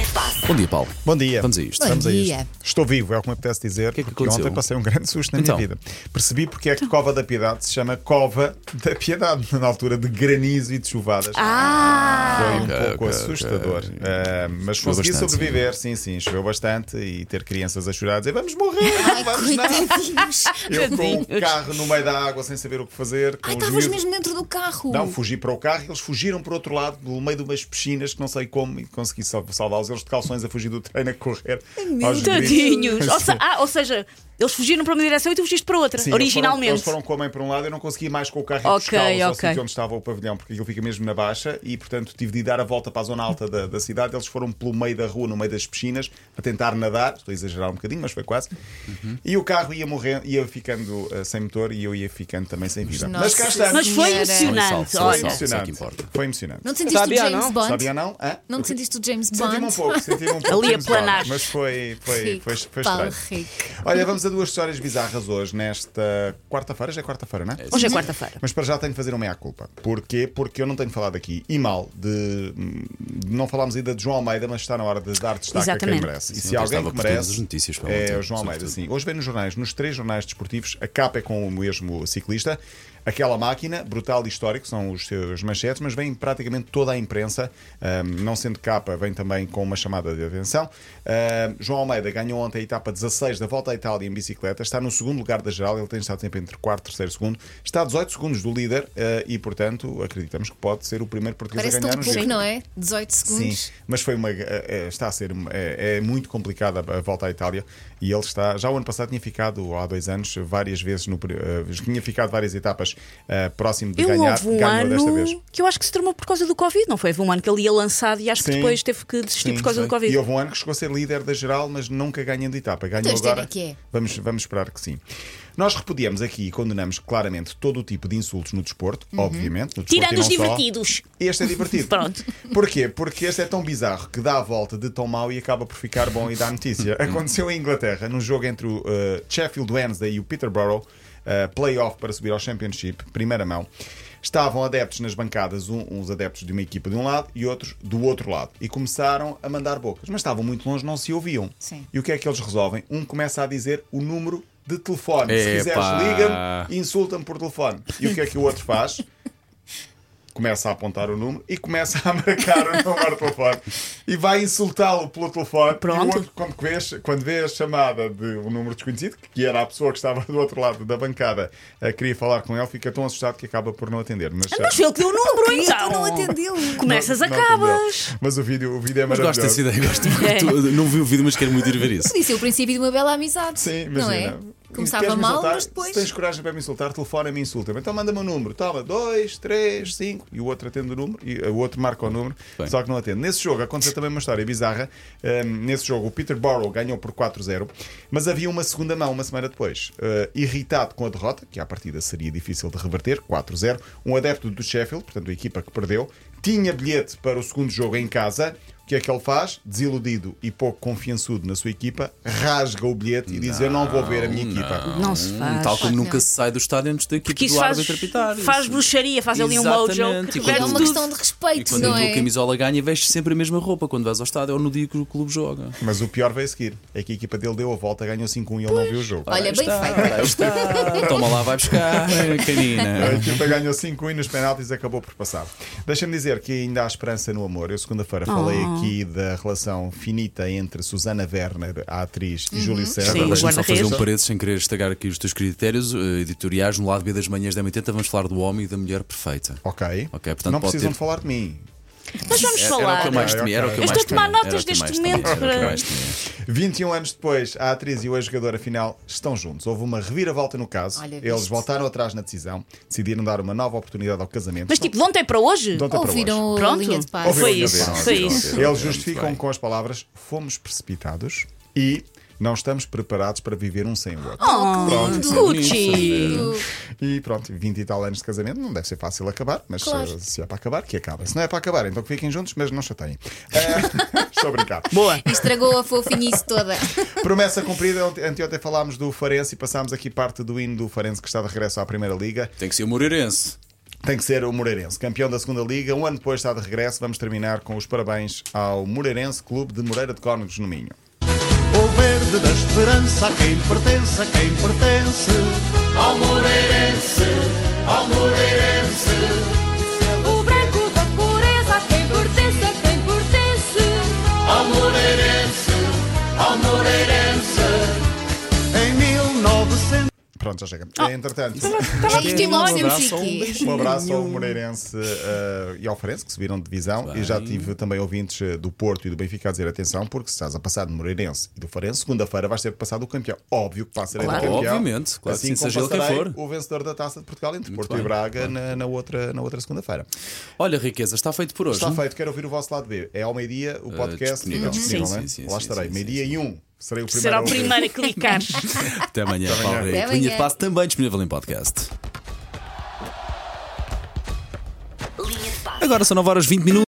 Espaço. Bom dia, Paulo. Bom dia. Vamos a isto. Bom Vamos a dia. isto. Estou vivo, é o que me apetece dizer, que é que porque aconteceu? ontem passei um grande susto na Então. minha vida. Percebi porque é que Então. Cova da Piedade se chama Cova da Piedade, na altura de granizo e de chuvadas. Foi Ah! um Ok, pouco ok, assustador. ok. Ah, mas Choveu consegui bastante, sobreviver, sim. sim, choveu bastante e ter crianças a chorar, a dizer vamos morrer, não vamos não. Coitadinhos. Eu com o Tadinhos. carro no meio da água sem saber o que fazer. Com Ai, os estavas miúdos- mesmo dentro do carro. Não, fugi para o carro, eles fugiram para o outro lado, pelo meio de umas piscinas que não sei como, e consegui sal- salvá-los. Eles de calções a fugir do treino a correr. aos gritos. Tadinhos. Ou se- ah, ou seja, eles fugiram para uma direção e tu fugiste para outra, Sim, originalmente. Eles foram, eles foram com a mãe para um lado, eu não consegui mais com o carro Ok, e buscá-los ao ok. sítio onde estava o pavilhão, porque aquilo fica mesmo na baixa e, portanto, tive de dar a volta para a zona alta da, da cidade. Eles foram pelo meio da rua, no meio das piscinas, a tentar nadar. Estou a exagerar um bocadinho, mas foi quase. Uhum. E o carro ia morrendo, ia ficando eh, sem motor e eu ia ficando também sem vida. Mas, cá Nossa estamos. Mas foi Foi Senhora. salvo, emocionante. foi Olha, salvo. Isso é que importa. Foi emocionante. Não te sentiste Sabia, o James não? Bond? Sabia não? Hã? Não te sentiste o James Bond? Senti-me um pouco, senti-me um pouco. Ali a James Bond, planar. Mas foi, foi, Rico, foi, foi Paulo estranho. Rico. Olha, vamos a duas histórias bizarras hoje, nesta quarta-feira. Já é quarta-feira, não é? hoje é quarta-feira. Mas para já tenho que fazer uma meia-culpa. Porquê? Porque eu não tenho falado aqui, e mal, de. de Não falámos ainda de João Almeida, mas está na hora de dar destaque a Exatamente. quem merece. E Sim, se ontem alguém estava que por todas as merece. notícias, Paulo, é ontem, o João Almeida, sobretudo. sim. Hoje vem nos jornais, nos três jornais desportivos, a capa é com o mesmo ciclista. Aquela máquina, brutal e histórico, são os seus manchetes, mas vem praticamente toda a imprensa, ahm, não sendo capa, vem também com uma chamada de atenção. Ahm, João Almeida ganhou ontem a etapa 16 da Volta à Itália em bicicleta, está no segundo lugar da geral, ele tem estado sempre entre quarto e terceiro segundo, está a 18 segundos do líder ah, e, portanto, acreditamos que pode ser o primeiro português Parece a tão ganhar no pouco, Giro. não é? 18 Sim, segundos. mas foi uma. eh, eh, Está a ser. uma- É, é muito complicada a volta à Itália e ele está. Já o ano passado tinha ficado, há dois anos, várias vezes. No, pri- eh, tinha ficado várias etapas eh, próximo de Eu ganhar. houve um ganhou desta ano vez. que eu acho que se tornou por causa do Covid, não foi? Houve um ano que ele ia lançado e acho que Sim. depois teve que desistir Sim, por causa sim. do Covid. E houve um ano que chegou a ser líder da geral, mas nunca ganhando etapa. Ganhou Então este ano agora. é que é. Vamos, vamos esperar que sim. Nós repudiamos aqui e condenamos claramente todo o tipo de insultos no desporto, obviamente. No desporto e Uhum. Tirando não os só. divertidos. Este é divertido. Pronto. Porquê? Porque este é tão bizarro que dá a volta de tão mau e acaba por ficar bom e dá notícia. Aconteceu em Inglaterra, num jogo entre o eh, Sheffield Wednesday e o Peterborough, eh, playoff para subir ao Championship, primeira mão. Estavam adeptos nas bancadas, um- uns adeptos de uma equipa de um lado e outros do outro lado. E começaram a mandar bocas, mas estavam muito longe, não se ouviam. Sim. E o que é que eles resolvem? Um começa a dizer o número de telefone. Se quiseres, Epá. liga-me insulta-me por telefone. E o que é que o outro faz? Começa a apontar o número e começa a marcar o número do telefone e vai insultá-lo pelo telefone. E o Pronto. outro, quando vês, quando vê a chamada de um número desconhecido, que era a pessoa que estava do outro lado da bancada, eh, queria falar com ele, fica tão assustado que acaba por não atender. Ah, Mas, Mas foi ele que deu o número, então. não atendeu. Começas, eh, não acabas. atendeu. Mas o vídeo, o vídeo é Mas gosto maravilhoso. dessa ideia, gosto muito. É. Tu- Não vi o vídeo, mas quero muito ir ver isso. Isso é o princípio de uma bela amizade. Sim, não imagina. é? Começava Queres me mal, insultar? mas Se depois. tens coragem para me insultar, telefona-me e insulta-me. Então manda-me um número. Toma, 2, 3, 5. E o outro atende o número, e o outro marca o número, Bem. só que não atende. Nesse jogo aconteceu também uma história bizarra. Ahm, nesse jogo, o Peter Borrow ganhou por 4-0, mas havia uma segunda mão uma semana depois. Ah, irritado com a derrota, que à partida seria difícil de reverter, 4-0, um adepto do Sheffield, portanto a equipa que perdeu, tinha bilhete para o segundo jogo em casa. O que é que ele faz? Desiludido e pouco confiançudo na sua equipa, rasga o bilhete e diz: Eu não vou ver a minha equipa. Não se faz. Hum, Tal como Não. nunca se sai do estádio antes da equipe Porque isso do faz, árbitro apitar. faz Isso- bruxaria, faz ali um Exatamente. mojo. que E quando É reverte uma tudo. questão de E respeito, quando não a tua é? camisola ganha, vestes sempre a mesma roupa quando vais ao estádio ou no dia que o clube joga. Mas o pior veio a seguir. É que a equipa dele deu a volta, ganhou 5-1 e ele não viu o jogo. Olha, Aí bem está, feito. aí está. Toma lá, vai buscar, A canina. equipa ganhou 5 e nos penaltis acabou por passar. Deixa-me dizer que ainda há esperança no amor. Eu segunda-feira falei Oh. aqui da relação finita entre Susana Werner, a atriz, e Júlio César. Uhum. Sim, Deixa-me só fazer um guarda-redes. parênteses sem querer estragar aqui os teus critérios eh, editoriais. No lado B das manhãs da 80 vamos falar do homem e da mulher perfeita. Ok. Ok, portanto não pode precisam ter- de falar de mim. Mas vamos Era o que falar. eu mais Ok, temia. Era o ok. que eu Eu mais estou a Então temia, era tomar notas o que eu mais deste temia, momento era o que eu para- mais temia. 21 anos depois, a atriz e o ex-jogador, afinal, estão juntos. Houve uma reviravolta no caso. Olha, viste. Eles voltaram atrás na decisão, decidiram dar uma nova oportunidade ao casamento. Mas tipo, de ontem para hoje? De ontem para hoje. Ouviram a Pronto. linha de Ou passe. Foi Ouviram, isso, ouviram, foi ouviram. isso. Eles Muito justificam bem. com as palavras: fomos precipitados e não estamos preparados para viver um sem o outro. Oh, é Gucci! E pronto, 20 e tal anos de casamento não deve ser fácil acabar, mas Claro. se, se é para acabar, que acaba. Se não é para acabar, então que fiquem juntos, mas não chateiem. Eh, estou a brincar. Boa! E estragou a fofinhice toda. Promessa cumprida, Ante- anteontem falámos do Farense e passámos aqui parte do hino do Farense que está de regresso à Primeira Liga. Tem que ser o Moreirense. Tem que ser o Moreirense, campeão da segunda Liga. Um ano depois está de regresso. Vamos terminar com os parabéns ao Moreirense Clube de Moreira de Cónegos no Minho. O verde da esperança a quem pertence, a quem pertence. Ao Moreirense, ao Moreirense. O branco da pureza, a quem pertence, a quem pertence. Ao Moreirense, ao Moreirense. Em 1900. Pronto, já chega. Entretanto, Ah, É testemunho, abraço, um Chiqui. um abraço ao Moreirense eh, e ao Farense, que subiram de divisão. E já tive também ouvintes eh, do Porto e do Benfica a dizer atenção, porque se estás a passar do Moreirense e do Farense, segunda-feira vais ter passado o campeão. Óbvio que passarei Claro. do campeão. Obviamente, claro, sim, assim como seja ele quem passarei for. o vencedor da Taça de Portugal entre Porto e bem, Braga na, na outra, na outra segunda-feira. Olha, riqueza, está feito por hoje. Está não? Eh, feito, quero ouvir o vosso lado B. É ao meio-dia o podcast. disponível. Fica disponível, Sim, não é? sim, sim, Lá sim, estarei. sim, Meio-dia e um. Serei o primeiro. Será a o ouvir. primeiro a clicar. Até amanhã, Paulo Até Rico. amanhã. Linha de passo também disponível em podcast. Agora são 9 horas 20 minutos.